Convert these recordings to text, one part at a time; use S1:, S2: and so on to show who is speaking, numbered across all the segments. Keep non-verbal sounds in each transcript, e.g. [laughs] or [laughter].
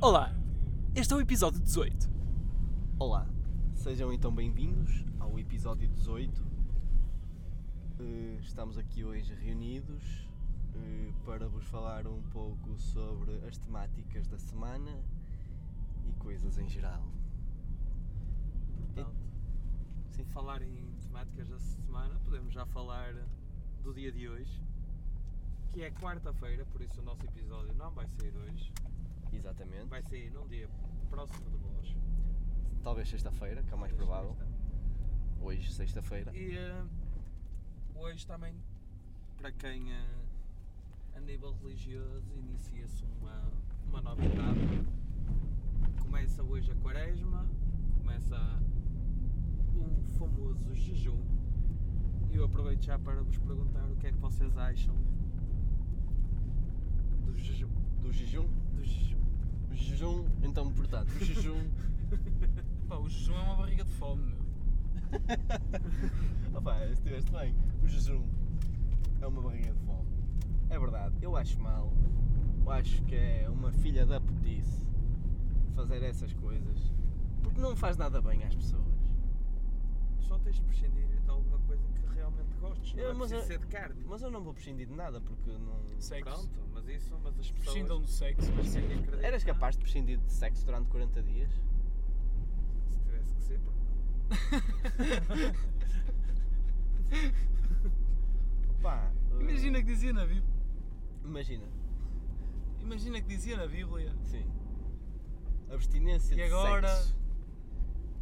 S1: Olá, este é o episódio 18.
S2: Olá, sejam então bem-vindos ao episódio 18. Eh, Estamos aqui hoje reunidos eh, para vos falar um pouco sobre as temáticas da semana e coisas em geral.
S3: Portanto,
S2: Sim.
S3: falar em temáticas da semana, podemos já falar do dia de hoje, que é quarta-feira, por isso o nosso episódio não vai sair hoje,
S2: Exatamente.
S3: vai sair num dia próximo de vós.
S2: Talvez sexta-feira, que é o mais
S3: Talvez
S2: provável.
S3: sexta.
S2: Hoje, sexta-feira.
S3: E eh, hoje também, para quem eh, a nível religioso, inicia-se uma, uma nova etapa. Começa hoje a quaresma, começa o famoso jejum. E eu aproveito já para vos perguntar o que é que vocês acham do jejum.
S2: Do jejum?
S3: Do jejum.
S2: O jejum, então, portanto, o jejum.
S3: [laughs]
S4: Pá, o jejum é uma barriga de fome, meu.
S2: [laughs] Opa, estiveste bem. O jejum é uma barriga de fome. É verdade, eu acho mal. Eu acho que é uma filha da putice fazer essas coisas. Porque não faz nada bem às pessoas.
S3: Só tens de prescindir de alguma coisa que realmente gostes. Não
S2: Eu,
S3: é
S2: mas
S3: preciso
S2: eu-
S3: ser de carne.
S2: Mas eu não vou prescindir de nada porque não.
S4: Sexo.
S3: Pronto, mas isso, mas as pessoas. é
S4: Prescindam do sexo, mas sim.
S3: Ninguém acredita.
S2: Eras capaz de prescindir de sexo durante 40 dias?
S3: Se tivesse que ser, porque não.
S2: Pá, eh,
S4: Imagina que dizia na Bíblia.
S2: Imagina,
S4: Imagina que dizia na Bíblia.
S2: sim. Abstinência
S4: E
S2: de
S4: agora?
S2: sexo.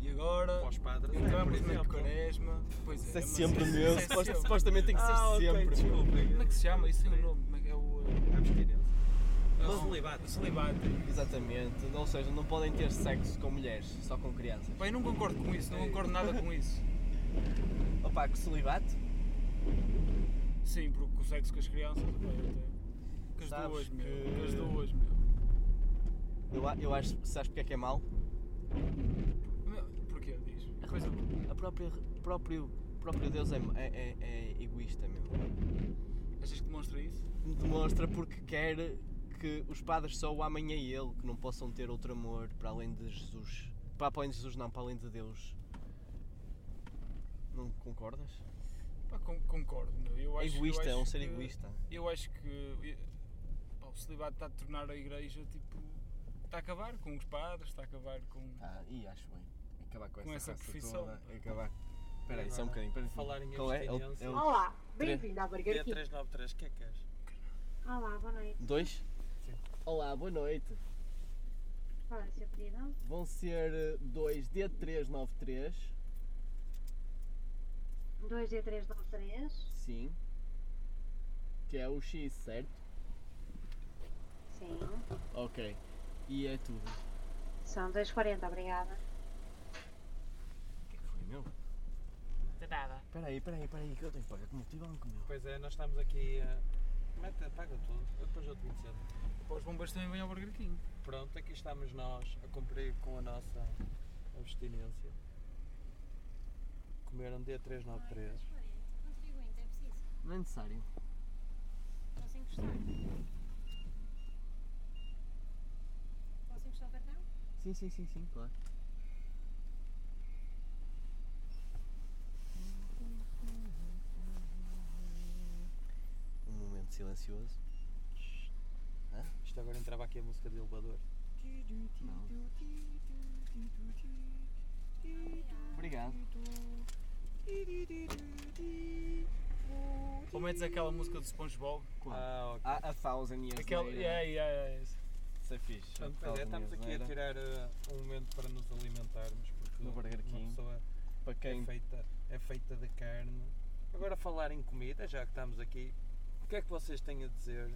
S4: E agora? então
S3: Para os padres, é, por
S4: Entramos na
S3: exemplo.
S4: quaresma. Pois
S2: Isso
S4: é.
S2: é
S4: mas
S2: sempre
S4: isso-
S2: meu,
S4: isso é
S2: suposta-
S4: sempre.
S2: supostamente tem que ser
S3: Ah, ok,
S2: sempre meu.
S3: desculpem.
S4: Como é que se chama? Isso tem um nome. Como é que é o.
S3: A abstinência.
S4: é
S3: O
S4: o-
S3: celibato.
S4: O celibato.
S2: Exatamente, ou seja, não podem ter sexo com mulheres, só com crianças.
S4: Pá, eu não concordo com isso, não concordo nada com isso.
S2: Opa, que celibato?
S4: Sim, porque o sexo com as crianças. Pá, eu tenho. Com as
S2: Sabes
S4: duas, meu.
S2: que-
S4: Com as duas, meu.
S2: Eu, a- eu acho, sabes porque é que é mau?
S4: Meu, Porquê? Diz. Coisa
S2: A própria, o próprio, o próprio Deus é, é, é- é egoísta, meu.
S4: Achas que demonstra isso?
S2: Demonstra porque quer que os padres só o amem a ele, que não possam ter outro amor para além de Jesus. Para além de Jesus, não, para além de Deus. Não concordas?
S4: Pá, con- concordo, meu. Eu
S2: É
S4: acho,
S2: egoísta,
S4: eu
S2: é
S4: acho
S2: um ser
S4: que-
S2: egoísta.
S4: Eu acho que eh, pá, o celibato está a tornar a igreja tipo. está a acabar com os padres, está a acabar com.
S2: Ah, e acho bem. Acabar
S4: Com essa
S2: raça
S4: profissão.
S2: toda, Acabar. Espera aí,
S3: Agora,
S2: só um bocadinho. Espera aí.
S3: falar em
S2: Qual é? É o-
S3: abstinência.
S2: é o-
S5: Olá, bem-vindo à Burger King.
S3: 393, o que é que és?
S5: Olá, boa noite.
S2: Dois?
S3: Sim.
S2: Olá, boa noite.
S5: Qual é o seu pedido?
S2: Vão ser eh, 2D393.
S5: 2D393.
S2: Sim. Que é o X, certo?
S5: Sim.
S2: Ok. E é tudo.
S5: São 240, obrigada.
S2: O que é que foi, meu? De nada. Peraí, peraí, peraí, que eu tenho que pagar com multibanco, meu.
S3: Pois é, nós estamos aqui. eh, Mete, paga tudo, eu depois eu te vou dizer.
S4: Pá, os bombeiros também vêm ao Burger King.
S3: Pronto, aqui estamos nós a cumprir com a nossa abstinência. Comer um dia 393.
S6: Contribuinte, é preciso.
S2: Não é necessário.
S6: Posso encostar? Posso encostar o cartão?
S2: Sim, sim, sim, sim, claro. Um momento silencioso.
S3: Isto agora entrava aqui a música de elevador.
S2: Obrigado.
S4: Ou metes aquela música do SpongeBob.
S3: Ah, ok.
S2: A, a Thousand Years
S4: Aquela.
S2: Later.
S4: Yeah, yeah, yeah, isso.
S2: Isso é fixe.
S3: Portanto,
S2: A
S3: pois é,
S2: Thousand Years
S3: estamos aqui a
S2: Later.
S3: tirar eh, um momento para nos alimentarmos. Porque
S2: No Burger
S3: uma
S2: King.
S3: pessoa
S2: Para
S3: é
S2: quem
S3: feita, é feita de carne. Agora falar em comida, já que estamos aqui, o que é que vocês têm a dizer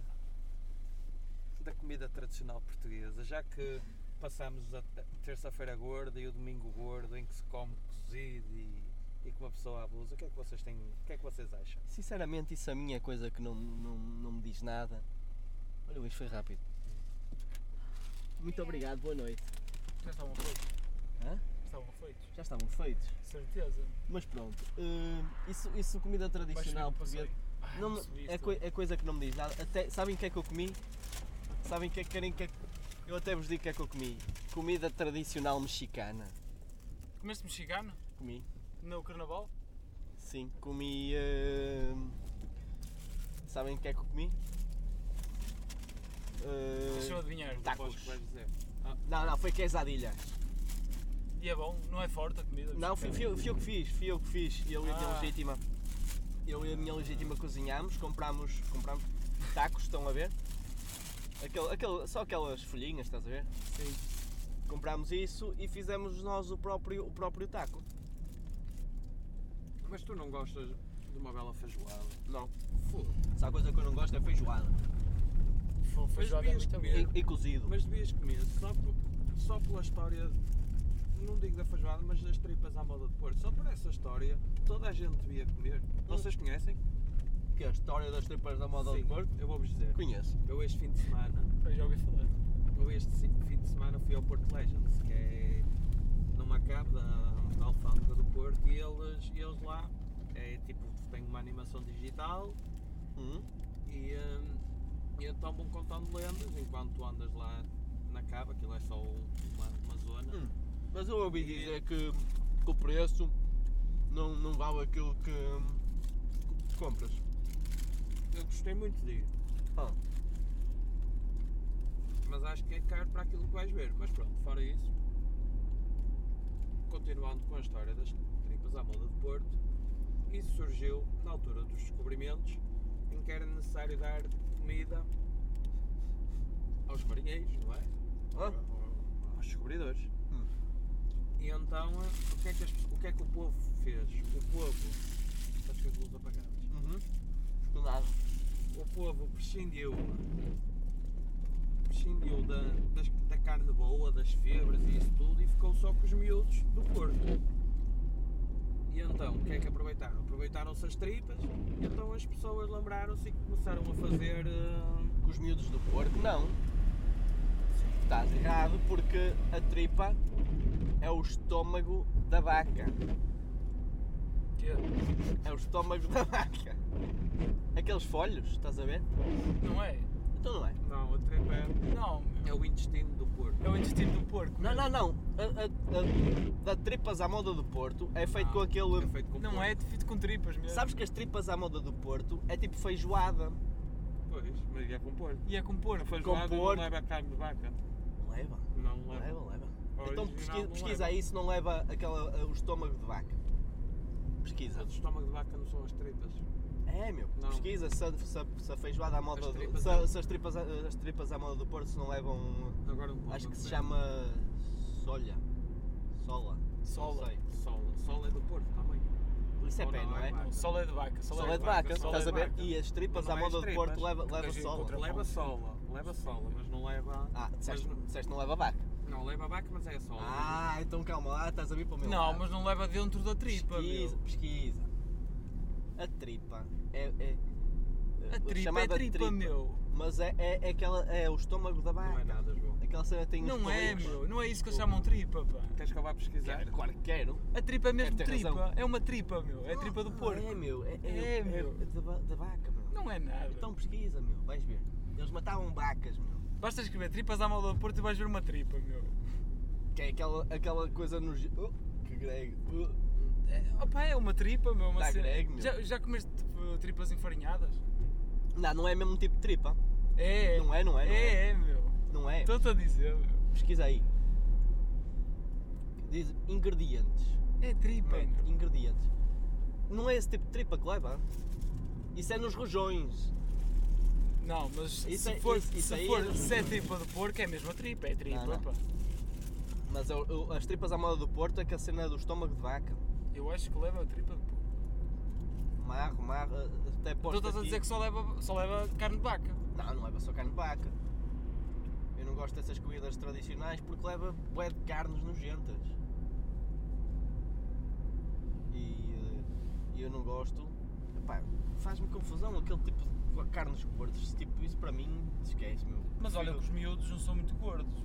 S3: da comida tradicional portuguesa? Já que passamos a te- terça-feira gorda e o domingo gordo em que se come cozido e, e que uma pessoa abusa, o que é que vocês têm, o que é que vocês acham?
S2: Sinceramente, isso a mim é coisa que não, não, não me diz nada. Olha, hoje foi rápido. Muito obrigado, boa noite.
S4: Já estavam feitos.
S2: Hã?
S4: Estavam feitos.
S2: Já estavam feitos.
S4: Certeza.
S2: Mas pronto, eh, isso, isso comida tradicional portuguesa.
S4: Ah,
S2: Não, me-
S4: subi
S2: é,
S4: isto.
S2: coi- é coisa que não me diz nada. Até, sabem o que é que eu comi? Sabem o que é que querem que é que- Eu até vos digo o que é que eu comi. Comida tradicional mexicana.
S4: Comeste mexicano?
S2: Comi.
S4: No carnaval?
S2: Eh, Sim, comi. hum, sabem o que é que eu comi? Hum,
S4: Deixa eu adivinhar.
S2: Tacos.
S3: Posso que vais dizer.
S2: Ah, não, não, foi quesadilha.
S4: E é bom? Não é forte a comida?
S2: Não, fui, fui eu- fui eu que fiz, fui eu que fiz. Eu e a minha
S4: Ah.
S2: legítima. Eu e a minha legítima cozinhámos, comprámos, comprámos tacos, estão a ver? Aquele, aquele, só aquelas folhinhas, estás a ver?
S4: Sim.
S2: Comprámos isso e fizemos nós o próprio, o próprio taco.
S3: Mas tu não gostas de uma bela feijoada?
S2: Não.
S3: Foda.
S2: Só a coisa que eu não gosto é feijoada.
S4: Fo- Feijoada é
S3: devias
S4: muito
S3: comer.
S4: bom.
S2: E, e cozido.
S3: Mas devias comer só, por- só pela história, não digo da feijoada, mas das tripas à moda de Porto. Só por essa história, toda a gente devia comer. Vocês conhecem?
S2: que é Hum. a história das tripas da moda
S3: Sim,
S2: do Porto?
S3: Eu vou-vos dizer.
S2: Conheço.
S3: Eu este fim de semana,
S4: Eu já ouvi falar.
S3: eu este si- fim de semana fui ao Porto Legends, que é numa cabo da, da Alfândega do Porto, e eles, e eles lá, é tipo, têm uma animação digital,
S2: Hum?
S3: E, hum, e então vão contando lendas enquanto tu andas lá na cava, aquilo é só um- uma, uma zona.
S2: Hum. Mas eu ouvi dizer que, que o preço não, não vale aquilo que, que compras.
S3: Eu gostei muito de ir.
S2: Ah.
S3: Mas acho que é caro para aquilo que vais ver. Mas pronto, fora isso. Continuando com a história das tripas à moda de Porto, isso surgiu na altura dos descobrimentos em que era necessário dar comida aos marinheiros, não é?
S2: Hã?
S3: aos descobridores.
S2: Hum.
S3: E então, eh, o que, é que as pe- o que é que o povo fez? O povo. Estás com as luzes apagadas.
S2: Uhum. Do nada.
S3: O povo prescindiu. Prescindiu da, das- da carne boa, das febras e isso tudo e ficou só com os miúdos do Porto. E então, o que é que aproveitaram? Aproveitaram-se as tripas, e então as pessoas lembraram-se e começaram a fazer. eh,
S2: Com os miúdos do Porto, não. Estás errado porque a tripa é o estômago da vaca. É o estômago da vaca. Aqueles folhos, estás a ver?
S4: Não é?
S2: Então não é.
S3: Não, a tripa é-
S4: Não, meu.
S3: é o intestino do Porto.
S4: É o intestino do porco.
S2: Não, não, não. A, a- a- da tripas à moda do Porto é feito com
S3: Não,
S2: aquele.
S3: é feito com
S4: Não
S3: porco.
S4: é de fito com tripas mesmo.
S2: Sabes que as tripas à moda do Porto é tipo feijoada.
S3: Pois, mas é com porco.
S4: E é com
S3: A
S4: porco.
S3: feijoada não
S2: porco.
S3: leva carne de vaca.
S2: Leva,
S3: Não leva.
S2: leva, leva.
S3: A
S2: Então
S3: original
S2: pesquisa,
S3: não
S2: pesquisa
S3: leva.
S2: aí se não leva aquela, eh, o estômago de vaca. Pesquisa.
S3: Mas o estômago de vaca não são as tripas.
S2: É meu,
S3: Não.
S2: pesquisa se, a- se a- se a feijoada à moda
S3: As
S2: do-
S3: tripas
S2: se,
S3: à-
S2: a- se as, tripas, a- as tripas à moda do Porto se não levam.
S3: Agora um pouco.
S2: Acho que se chama. Solha. Sola. Não
S4: Sola.
S2: sei.
S3: Sol. Sol é do Porto também.
S2: Isso é
S3: Ou
S2: pé, não, é?
S3: vaca.
S4: Sola é de vaca.
S2: Sola é de vaca, estás a ver? E as tripas
S3: Mas não
S2: à
S3: é as
S2: moda do
S3: tripas.
S2: Porto leva, leva
S4: Mas em
S2: sola.
S4: contra-
S3: Leva sola. Leva sola, mas não leva.
S2: Ah, disseste,
S3: Mas não-
S2: disseste não leva vaca.
S3: Não, leva vaca, mas é sola.
S2: Ah, então calma lá, estás a vir para o meu
S4: Não,
S2: lado.
S4: mas não leva dentro da tripa,
S2: pesquisa,
S4: meu.
S2: pesquisa. A tripa é. é
S4: A
S2: é
S4: tripa é
S2: chamada
S4: tripa, meu.
S2: Mas é, é, é aquela, é o estômago da vaca.
S3: Não é nada, João.
S2: Aquela cena tem uns
S4: Não é,
S2: pelinhos.
S4: meu. Não é isso que eles chamam tripa, pá.
S3: Queres que eu vá pesquisar?
S2: Quero, claro que quero.
S4: A tripa é mesmo
S2: Deve ter
S4: tripa.
S2: razão.
S4: É uma tripa, meu. É a tripa do
S2: É,
S4: porco.
S2: meu. É,
S4: É, meu.
S2: da, va- da vaca, meu.
S4: Não é nada.
S2: Então pesquisa, meu. Vais ver. Eles matavam vacas, meu.
S4: Basta escrever tripas à moda do Porto e vais ver uma tripa, meu.
S2: Que é aquela, aquela coisa no. ge- Oh, que grego. Oh.
S4: É, opá, é uma tripa, meu. Uma
S2: Dá
S4: cena-
S2: grego, meu.
S4: Já, já comeste tipo, tripas enfarinhadas?
S2: Não, não é o mesmo tipo de tripa.
S4: É.
S2: Não é, não é, não é.
S4: é, meu.
S2: Não é?
S4: Estou-te a dizer, meu.
S2: Pesquisa aí. Diz ingredientes.
S4: É tripa,
S2: Mano,
S4: meu.
S2: ingredientes. Não é esse tipo de tripa que leva? Isso é nos rojões.
S4: Não, mas
S2: Isso
S4: se
S2: é-
S4: for,
S2: isso- isso
S4: se
S2: aí
S4: for
S2: é-
S4: se é tripa do porco, é mesmo a tripa. É
S2: Não,
S4: tripa,
S2: não.
S4: pá.
S2: Mas eu- eu- as tripas à moda do Porto é que a cena do estômago de vaca.
S4: Eu acho que leva a tripa do porco.
S2: Marro, marro, eh, até
S4: Tu
S2: posto
S4: estás a
S2: aqui.
S4: dizer que só leva, só leva carne de vaca.
S2: Não, não leva só carne de vaca. Eu não gosto dessas comidas tradicionais porque leva bué de carnes nojentas. E eh, eu não gosto. Epá, faz-me confusão aquele tipo de carnes gordas. Esse Tipo, isso para mim, esquece, meu.
S4: Mas olha
S2: Prefiro-
S4: que os miúdos não são muito gordos.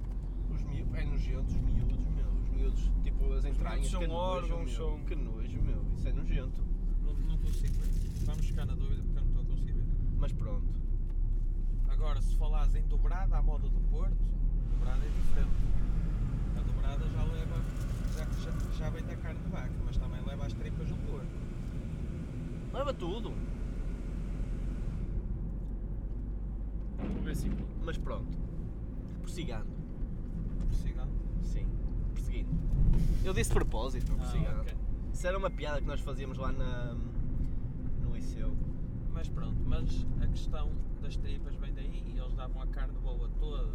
S2: Os miúdos, é nojento os miúdos, meu. Os miúdos, tipo, as entranhas.
S4: miúdos são
S2: que nojo,
S4: órgãos,
S2: meu.
S4: são-
S2: Que nojo, meu. Isso é nojento.
S3: Não, não consigo ver. Vamos ficar na dúvida porque eu não estou a conseguir ver.
S2: Mas pronto.
S3: Agora, se falares em dobrada à moda do Porto, dobrada é diferente. A dobrada já leva, já, já, já vem da carne de vaca, mas também leva as tripas do porco.
S2: Leva tudo.
S4: Vou ver se encontro.
S2: Mas pronto. Prossigando.
S3: Prossiga.
S2: Sim. Perseguindo. Eu disse de propósito, prossigando.
S3: Ah, ok.
S2: Isso era uma piada que nós fazíamos lá na, no liceu.
S3: Mas pronto, mas a questão das tripas vem daí e eles davam a carne boa toda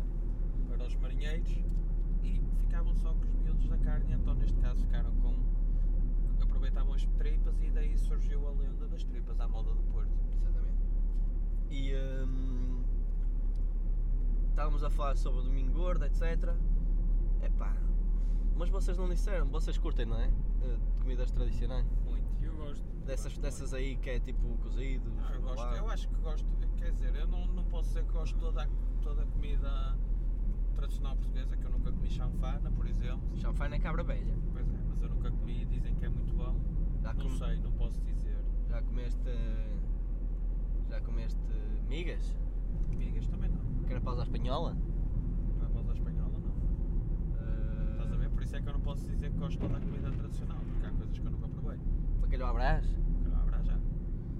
S3: para os marinheiros e ficavam só com os miúdos da carne, então neste caso ficaram com. aproveitavam as tripas e daí surgiu a lenda das tripas à moda do Porto.
S2: Exatamente. E hum, estávamos a falar sobre o Domingo Gordo, etc. Epá, mas vocês não disseram, vocês curtem, não é? Eh, de comidas tradicionais?
S3: Muito.
S4: Eu gosto.
S2: Dessas,
S4: Gosto
S2: dessas aí que é tipo cozidos,
S3: Ah, eu, gosto,
S2: babá.
S3: eu acho que gosto, quer dizer, eu não, não posso dizer que gosto
S4: Uhum.
S3: de toda, a- toda a comida tradicional portuguesa, que eu nunca comi chanfana, por exemplo.
S2: Chanfana é cabra velha.
S3: Pois é, mas eu nunca comi e dizem que é muito bom.
S2: Já,
S3: Não
S2: com-
S3: sei, não posso dizer.
S2: já comeste. Já comeste migas?
S3: Amigas também não.
S2: Carapaus à espanhola?
S3: Na moda é espanhola não.
S2: Eh,
S3: Estás a ver? Por isso é que eu não posso dizer que gosto de toda a comida tradicional, porque há coisas que eu nunca provei.
S2: Bacalhau à brás?
S3: Quero abrir já.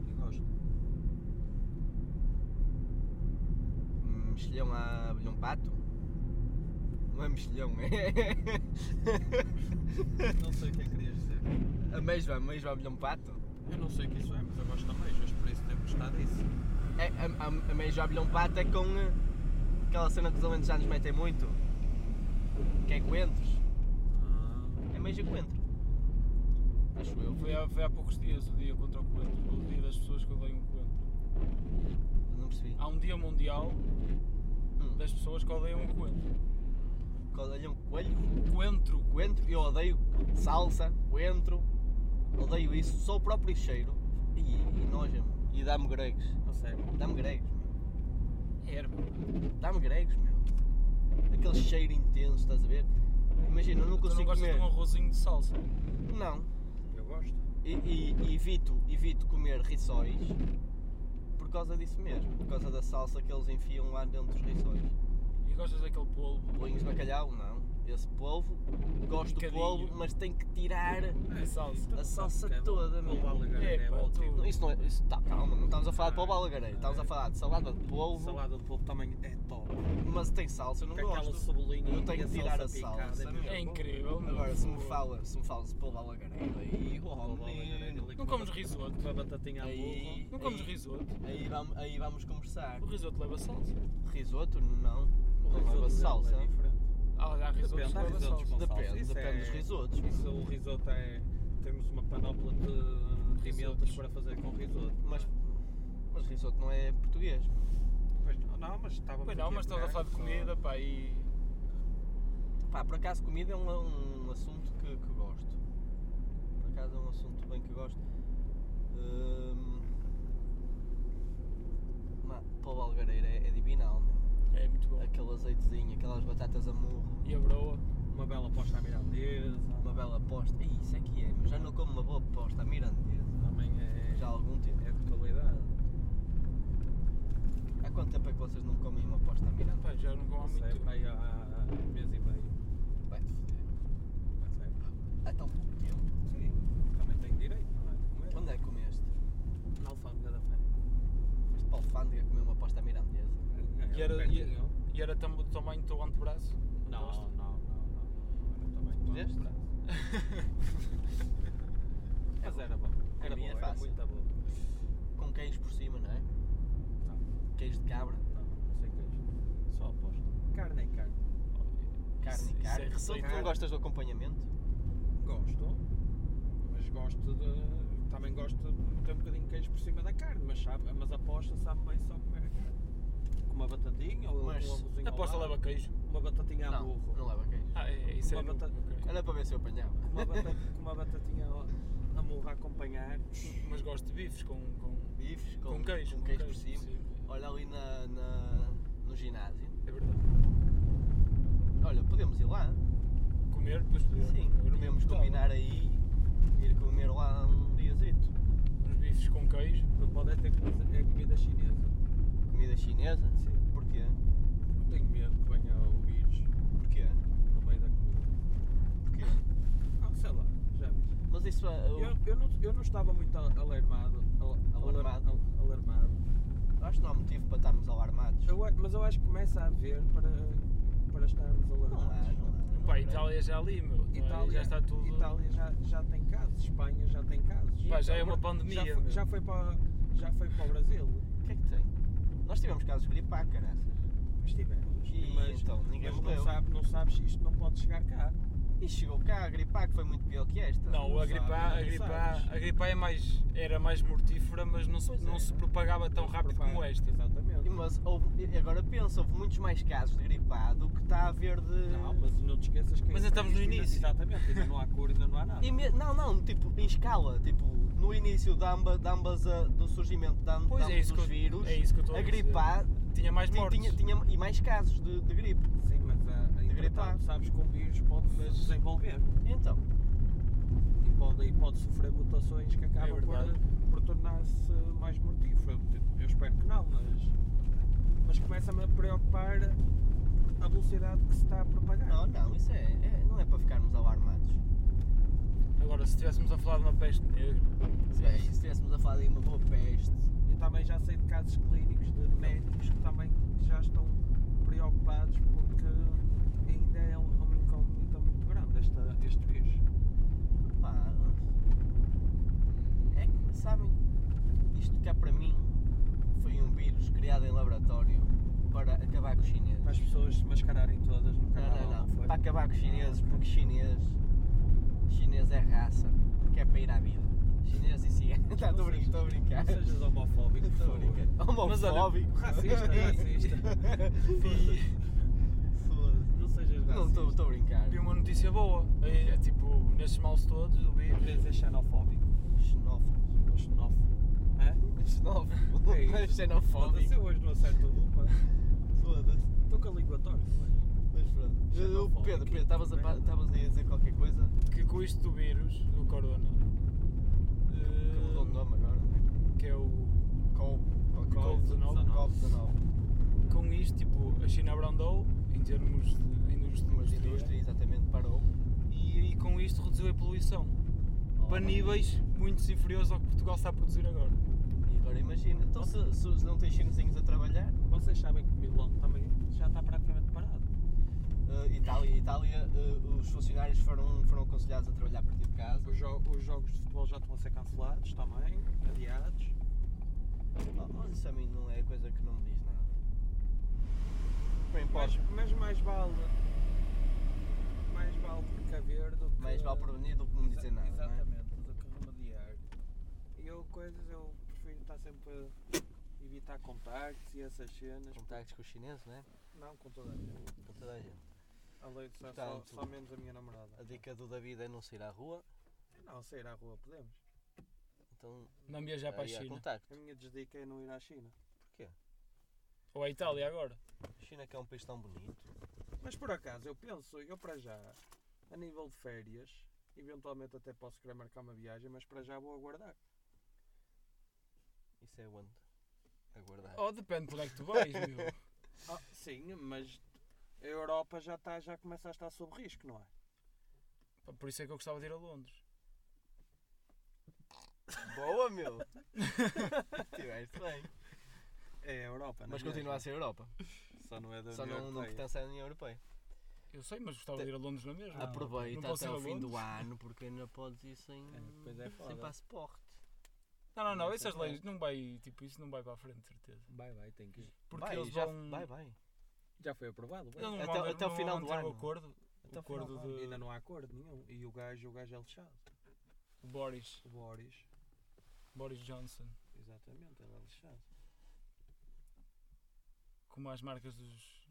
S3: E gosto.
S2: Hum, Mexilhão a abelhão pato? Não é mexilhão, é.
S3: Não sei o que é que querias dizer.
S2: A mesma, a mesma abelhão pato?
S3: Eu não sei o que isso é, mas eu gosto também, mas por isso devo gostar disso.
S2: É, a, a, a mesma abelhão pato é com eh, aquela cena que os alentejanos metem muito. Que é coentros.
S3: Ah,
S2: É mesmo coentro. Acho eu.
S4: Foi há, foi há poucos dias o dia contra o coentro, o dia das pessoas que odeiam o coentro.
S2: Não percebi.
S4: Há um dia mundial
S2: Hum.
S4: das pessoas que odeiam o coentro.
S2: Coelhão, um coelho,
S4: Coentro,
S2: coentro. Eu odeio salsa, coentro. Odeio isso. Só o próprio cheiro. E, e noja-me. E dá-me gregos.
S3: não sei.
S2: Dá-me gregos, meu.
S4: erva.
S2: Dá-me gregos, meu. Aquele cheiro intenso, estás a ver? Imagina, eu não
S4: Tu não
S2: consigo
S4: gostas
S2: comer.
S4: de um arrozinho de salsa?
S2: Não.
S3: Eu gosto.
S2: E, e- e evito, evito comer rissóis por causa disso mesmo. Por causa da salsa que eles enfiam lá dentro dos rissóis.
S4: E gostas daquele polvo?
S2: Bolinhos de bacalhau, não. Esse polvo, gosto do
S4: Bocadinho.
S2: polvo, mas tem que tirar.
S3: É,
S4: A salsa.
S2: A salsa toda,
S3: meu.
S2: meu.
S3: Polvo alagareiro
S4: É,
S3: é
S4: pá,
S3: ótimo.
S2: Não, Isso não é. Isso, tá, calma, não estamos a falar de
S4: Ah,
S2: polvo alagareiro. Estamos a falar de salada de polvo,
S3: Salada de polvo também é top.
S2: mas tem salsa, eu não
S3: Com aquela
S2: gosto.
S3: cebolinha
S2: Eu
S3: e
S2: tenho
S3: a
S2: que tirar a
S3: salsa picada,
S2: salsa.
S3: meu.
S2: meu.
S4: É incrível, meu.
S2: Agora, se me fala, se me falas de polvo alagareiro, aí, oh,
S3: Polvo alagareiro,
S2: menino,
S3: ali com uma
S4: Não comes
S3: bat-
S4: risoto?
S3: Uma batatinha à
S2: Aí-
S3: burro.
S4: Não comes
S2: Aí.
S4: risoto?
S2: aí vamos, aí vamos conversar.
S4: O risoto leva salsa.
S2: Risoto, não.
S3: O
S2: Não
S3: risoto
S2: leva
S3: dele
S2: salsa.
S3: É diferente.
S4: Ah, há risoto
S3: Depende, há
S4: leva
S3: risotos
S4: salsa.
S3: com salsa.
S2: Depende,
S3: Isso
S2: depende
S3: é-
S2: dos risotos.
S3: Isso, o risoto é. Temos uma panóplia de
S4: Risotos.
S3: risotos para fazer com risoto.
S2: Mas, mas risoto não é português.
S3: Pois não, não, mas estava
S4: Pois não, mas estás a falar de comida, pá, e...
S2: Pá, por acaso comida é um, um assunto que, que gosto. Por acaso é um assunto bem que gosto. Hum, ma- Polvo algareira é, é divinal, meu.
S4: É muito bom.
S2: Aquele azeitezinho, aquelas batatas a murro,
S4: E a broa?
S3: Uma bela posta à mirandesa.
S2: uma bela posta. Ih, isso é que é, meu. já não como uma boa posta, a mirandesa.
S3: Também é.
S2: Já há algum tempo.
S3: É de qualidade.
S2: Há quanto tempo é que vocês não comem uma posta à mirandesa?
S4: Pá, já não como
S3: Não
S4: há muito
S3: sei,
S4: tempo.
S3: é para aí há- há há um mês e meio.
S2: Vai-te foder.
S3: Mas é.
S2: Há tão pouco tempo.
S3: Sim, também tenho direito, não é? de Comer.
S2: Onde é que comeste?
S3: Na alfândega da fé.
S2: Foste para a alfândega comer uma posta à mirandesa.
S4: E era-
S3: perto
S4: e-
S3: É um de eu.
S4: E era tam- do tamanho do teu antebraço?
S3: Não, não, não, não. Era também todo
S2: Deste?
S3: prato. [laughs] Mas era É bom. Era
S2: Para mim
S3: bom,
S2: é
S3: era
S2: fácil.
S3: muito bom.
S2: Com queijo por cima, não é?
S3: Não.
S2: Queijo de cabra.
S3: Não, não sei queijo. Só aposto. Carne é carne.
S2: Carne,
S4: Isso- isso
S2: carne.
S4: é
S2: Tu- tu
S4: receita.
S2: não gostas do acompanhamento?
S3: Gosto, mas gosto de. Também gosto de ter um bocadinho de queijo por cima da carne, mas, sabe, mas aposta sabe bem só comer a carne. Com uma batatinha ou
S2: Mas
S3: um arrozinho.
S4: A
S3: ao
S4: aposta
S3: lado.
S4: leva queijo.
S3: Uma batatinha à
S2: não,
S3: burro.
S2: não leva queijo.
S4: Ah, é, isso é
S3: Uma
S4: novo,
S3: batata-
S4: ok.
S2: Era para ver se eu apanhava.
S3: Com
S2: [laughs]
S3: uma, bata- com uma batatinha ao- a morro a acompanhar.
S4: Mas gosto de bifes com, com,
S2: Bifes com,
S4: com queijo.
S2: com queijo por cima.
S4: sim.
S2: Olha ali na, na- no ginásio.
S4: É verdade.
S2: Olha, podemos ir lá.
S4: Comer, depois podemos.
S2: Sim, podemos
S4: um
S2: combinar aí ir comer lá um diazito.
S4: Uns bifes com queijo.
S3: Não pode é ter comida, é comida chinesa.
S2: Comida chinesa?
S3: Sim.
S2: Porquê?
S3: Tenho medo que venha o vírus.
S2: Porquê?
S3: no meio da comida.
S2: Porquê?
S3: Ah, sei lá, já vi.
S2: Mas isso é. Eu,
S3: Eu, eu, não, eu não estava muito al- alarmado. al- alar-
S2: Alarmado?
S3: al- alarmado.
S2: acho que não há motivo para estarmos alarmados.
S3: Eu a- mas eu acho que começa a haver para, para estarmos
S2: Não há,
S3: alarmados.
S2: não há. não
S4: Pá,
S2: creio.
S4: Itália já ali, meu. Itália, já está tudo.
S3: Itália já, já tem casos, Espanha já tem casos.
S4: Pá,
S3: Então,
S4: já é uma pandemia,
S3: Já foi,
S4: meu.
S3: já foi para, já foi para o Brasil.
S2: O que é que tem? Nós tivemos casos de gripe, ah, caraças.
S3: Mas tivemos.
S2: E
S3: mas
S2: então, ninguém
S3: mas
S2: morreu.
S3: não, sabe, não sabes isto não pode chegar cá.
S2: E chegou cá a gripar, que foi muito pior que esta.
S4: Não, a gripe ah. A, a
S2: sabes,
S4: gripe
S2: não
S4: A,
S2: sabes.
S4: a gripe A é mais, era mais mortífera, mas não, se-
S3: Pois
S4: não
S3: é.
S4: se propagava tão
S3: Não se
S4: rápido como
S3: propaga.
S4: esta.
S3: Exatamente.
S2: E Mas houve- e agora pensa, houve muitos mais casos de gripado que está a haver de.
S3: Não, mas não te esqueças que
S4: Mas
S3: ainda
S4: estamos no
S3: isto ainda-
S4: início.
S3: Exatamente, ainda não há cor, ainda não há nada.
S2: E me- não, não, tipo, em escala, tipo, no início de amba- de ambas, a- do surgimento de, am-
S4: Pois
S2: de
S4: é,
S2: ambos
S4: isso que
S2: os
S4: eu-
S2: vírus,
S4: é isso que eu estou
S2: a
S4: a dizer.
S2: gripar
S4: Tinha mais
S2: ti-
S4: mortes.
S2: tinha, tinha, e mais casos de, de gripe.
S3: Sim, mas
S2: gripar.
S3: a, entretanto, sabes que um vírus pode se desenvolver
S2: E Então,
S3: e pode, e pode sofrer mutações que
S2: É
S3: acabam
S4: verdade.
S3: por, por tornar-se mais mortífero. Tipo, Eu espero que não, mas, mas começa-me a preocupar a velocidade que se está a propagar.
S2: não, não, isso é, é- não é para ficarmos alarmados.
S4: Agora, se estivéssemos a falar de uma peste negra,
S2: Se bem, se estivéssemos a falar de uma boa peste,
S3: Eu também já sei de casos clínicos de médicos que também já estão preocupados porque ainda é um- uma incógnita muito grande esta, este vírus.
S2: pá. É que, sabem, isto cá para mim foi um vírus criado em laboratório para acabar com os chineses.
S3: Para as pessoas se mascararem todas no
S2: Não,
S3: canal,
S2: não, Tá, não.
S3: foi?
S2: Para acabar com Ah, os chineses, porque chinês. Chinês é raça, que é para ir à vida. Chinês e cigano. [laughs] Tá, Estou a brin- estou a brincar.
S3: Não sejas homofóbico, por
S2: Estou a
S3: favor.
S2: brincar. Homofóbico. [laughs]
S3: Racista, racista.
S2: Foda-se.
S3: Não sejas racista.
S2: Não estou estou a brincar.
S4: vi uma notícia boa. É, é tipo, nestes males todos, o
S3: Em
S4: vírus.
S3: inglês é xenofóbico.
S2: Xenófobo.
S3: Ou xenófobo. Hã?
S2: Xenófobo.
S3: É isso. Foda-se,
S2: Xenofóbico.
S3: eu hoje não acerto uma.
S2: Foda-se.
S3: Estou com a língua torta. é? hoje.
S2: Mas pronto. Eu-
S3: Xenofóbico.
S2: Pedro, Pedro, estavas a pa- estavas aí a dizer qualquer coisa?
S4: Que com isto do vírus, do corona,
S2: Que mudou de
S4: eh,
S2: nome agora, né?
S4: que é o.
S2: Covid-
S4: Covid-19.
S2: Covid-19.
S4: Com isto, tipo, a China abrandou em termos de indústria.
S2: Mas a indústria exatamente parou.
S4: E, e com isto reduziu a poluição.
S2: Oh,
S4: para níveis muito inferiores ao que Portugal está a produzir agora.
S2: E agora imagina, então se, se não tens chinesinhos a trabalhar,
S3: Vocês sabem que Milão também já está praticamente parado.
S2: eh, Itália, Itália eh, os funcionários foram, foram aconselhados a trabalhar a partir de casa.
S3: Os, jo- os jogos de futebol já estão a ser cancelados também, adiados.
S2: Oh, Mas isso a mim não é coisa que não me diz nada. Bem,
S3: Mas,
S2: pode.
S3: mas mais vale. Mais vale precaver do que.
S2: Mais vale prevenir do que não dizer
S3: Exa-
S2: nada. não é?
S3: Exatamente, do que remediar. Eu coisas eu prefiro estar sempre a evitar contactos e essas cenas.
S2: Contactos com os chineses, não é?
S3: Não com toda a gente.
S2: Com toda a gente.
S3: Além de só, só,
S2: Portanto,
S3: só menos a minha namorada.
S2: A dica do David é não sair à rua,
S3: Não, sair à rua podemos.
S2: então
S4: Não viajar para a
S2: aí há
S4: China.
S2: contacto.
S3: A minha desdica é não ir à China.
S2: Porquê?
S4: Ou à Itália agora.
S2: China que é um país tão bonito.
S3: Mas por acaso eu penso, eu para já, a nível de férias, eventualmente até posso querer marcar uma viagem, mas para já vou aguardar.
S2: Isso é onde? Aguardar.
S4: Oh, depende de onde é que tu vais, meu.
S2: [laughs]
S3: Ah, sim, mas a Europa já, está, já começa a estar sob risco, não é?
S4: Pá, Por isso é que eu gostava de ir a Londres.
S2: Boa,
S4: [laughs]
S2: meu! Estiveste bem.
S3: É a Europa, não
S2: Mas
S3: é
S2: continua a
S3: mesmo?
S2: ser Europa.
S3: Só não é da
S2: Só
S3: União
S2: não, não
S3: Europeia.
S2: pertence à União Europeia.
S4: Eu sei, mas gostava de ir a Londres na mesma.
S2: Aproveita
S4: não posso
S2: até
S4: ir
S2: o
S4: a
S2: fim do
S4: Londres.
S2: ano, porque ainda podes ir sem,
S3: É, pois é,
S2: sem
S3: foda.
S2: passaporte.
S4: Não, não, não.
S2: Não
S4: Essas
S2: sei qual é.
S4: leis não vai, tipo, isso não vai para a frente, de certeza.
S3: Vai, vai, tem que ir.
S4: Porque
S2: vai,
S4: eles
S2: já,
S4: vão...
S2: vai, vai.
S3: Já foi aprovado?
S4: Eles não
S2: Até-
S4: vão-
S2: até o
S4: não
S2: final
S4: vão
S2: do
S4: ter o
S2: ano.
S4: acordo.
S2: Até
S4: o
S2: o final do
S4: acordo
S2: ano.
S4: de
S3: Então, Ainda não há acordo nenhum. E o gajo, o gajo é lixado.
S4: de Boris.
S3: O Boris.
S4: Boris Johnson.
S3: Exatamente, ele é lixado.
S4: Como as marcas dos...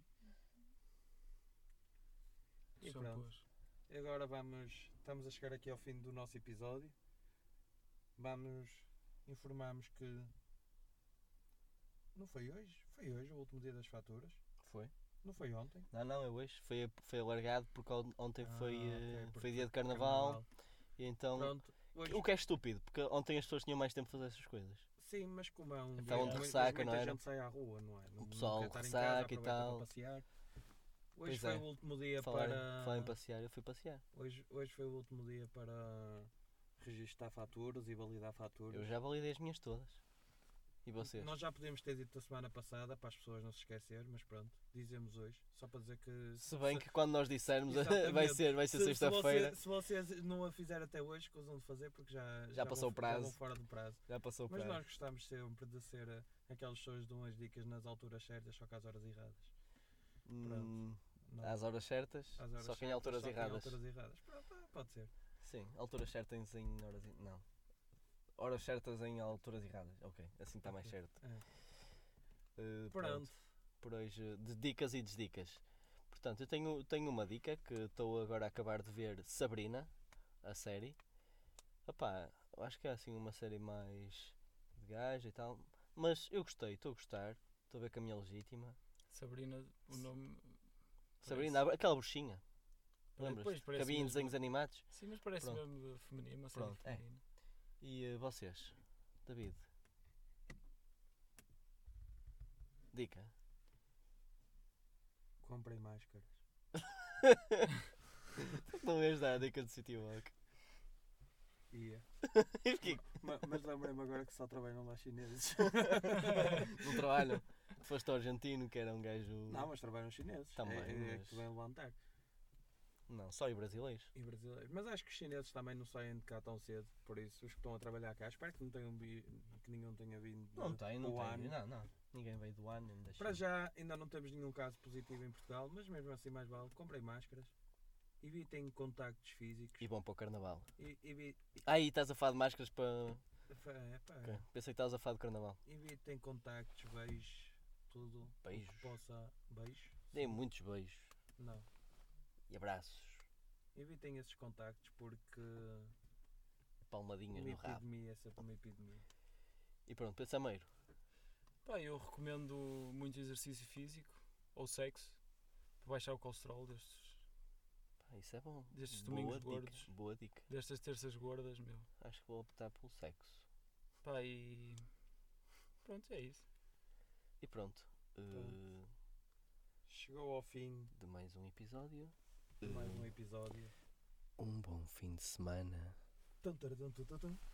S3: E
S4: shampoos.
S3: E agora vamos. Estamos a chegar aqui ao fim do nosso episódio. Vamos. Informamos que. Não foi hoje? Foi hoje o último dia das faturas?
S2: Foi?
S3: Não foi ontem?
S2: Não, não, é hoje. Foi, foi alargado porque on- ontem
S3: Ah,
S2: foi,
S3: ok,
S2: eh,
S3: porque
S2: foi dia de
S3: foi
S2: carnaval. E então.
S3: Pronto. Hoje,
S2: O que é estúpido, porque ontem as pessoas tinham mais tempo de fazer essas coisas.
S3: Sim, mas como é um
S2: Estavam
S3: dia-
S2: de
S3: mas
S2: ressaca, não
S3: muita
S2: era?
S3: gente sai à rua, não é? Não- não
S2: pessoal
S3: quer estar em
S2: ressaca e
S3: aproveita para
S2: tal.
S3: passear. Hoje
S2: Pois
S3: foi
S2: é.
S3: o último dia
S2: Falar,
S3: para.
S2: falar em passear, eu fui passear.
S3: hoje, hoje foi o último dia para registar faturas e validar faturas.
S2: Eu já validei as minhas todas. E vocês?
S3: Nós já podíamos ter dito a semana passada para as pessoas não se esquecerem, mas pronto, dizemos hoje. Só para dizer que.
S2: Se bem que quando nós dissermos [laughs] vai
S3: Exatamente.
S2: ser, vai ser
S3: se-
S2: sexta-feira,
S3: Se, você- se vocês não a fizer até hoje, coisam de fazer porque já,
S2: Já passou
S3: vão-
S2: o prazo.
S3: Já vão fora do prazo.
S2: já passou
S3: Mas
S2: para.
S3: nós gostamos sempre de ser eh, aquelas pessoas que dão as dicas nas alturas certas, só que às horas erradas.
S2: Hum,
S3: Não,
S2: às horas certas,
S3: às horas
S2: só que em
S3: certas,
S2: alturas
S3: só que em
S2: erradas.
S3: alturas erradas. Pronto, ah, pode ser.
S2: Sim, alturas certas em horas. e- Não. Horas certas em alturas erradas. Ok, assim está mais
S3: Ok,
S2: certo.
S3: é.
S4: É.
S2: Uh,
S3: Pronto.
S2: Por hoje, de dicas e desdicas. Portanto, eu tenho, tenho uma dica que estou agora a acabar de ver Sabrina, a série. Opá, eu acho que é assim uma série mais de gajo e tal. Mas eu gostei, estou a gostar. Estou a ver que a minha é legítima.
S4: Sabrina, o nome.
S2: Sabrina, aquela bruxinha. Lembras?
S4: Pois,
S2: Que
S4: parece
S2: havia em
S4: mesmo.
S2: desenhos animados.
S4: Sim, mas parece
S2: Pronto.
S4: mesmo feminino, uma série
S2: Pronto, é.
S4: feminina.
S2: E eh, vocês? David? Dica.
S3: Comprem máscaras.
S2: Não vês dar a dica do City Walk.
S3: Ia.
S2: [laughs] E porquê?
S3: Ma- mas lembrei-me agora que só trabalham
S2: [laughs]
S3: lá chineses.
S2: Não trabalham. Tu foste ao argentino, que era um gajo.
S3: não, mas trabalham chineses.
S2: Também,
S3: É, é,
S2: mas-
S3: que vem levantar.
S2: Não, só e brasileiros.
S3: E brasileiros. Mas acho que os chineses também não saem de cá tão cedo. Por isso, os que estão a trabalhar cá, espero que, não tenham vi- que nenhum tenha vindo. de- do ano.
S2: Não, não. Ninguém veio do ano, nem da China.
S3: Para já, ainda não temos nenhum caso positivo em Portugal, mas mesmo assim, mais vale. Comprem máscaras. Evitem contactos físicos.
S2: E vão para o carnaval.
S3: E- evi-
S2: Aí estás a falar de máscaras para.
S3: fa- é, pá,
S2: Ok. Pensei que estás a falar de carnaval.
S3: Evitem contactos, beijos, tudo. o que
S2: Beijos.
S3: possa. Beijos?
S2: Deem muitos beijos
S3: Não.
S2: e abraços.
S3: Evitem esses contactos porque
S2: Palmadinhas
S3: uma
S2: no rabo.
S3: epidemia é sempre uma epidemia.
S2: E pronto, pensameiro.
S4: Pá, eu recomendo muito exercício físico ou sexo para baixar o colesterol destes,
S2: Pá, Isso é bom.
S4: Destes
S2: Boa
S4: domingos
S2: dica.
S4: gordos.
S2: Boa dica.
S4: destas terças gordas, meu.
S2: Acho que vou optar pelo sexo.
S4: Pá, e. Pronto, é isso.
S2: E pronto. eh,
S3: Chegou ao fim
S2: de mais um episódio. Eh,
S3: de mais um episódio.
S2: Um bom fim de semana.
S3: Tum, taradum, tum, tum, tum.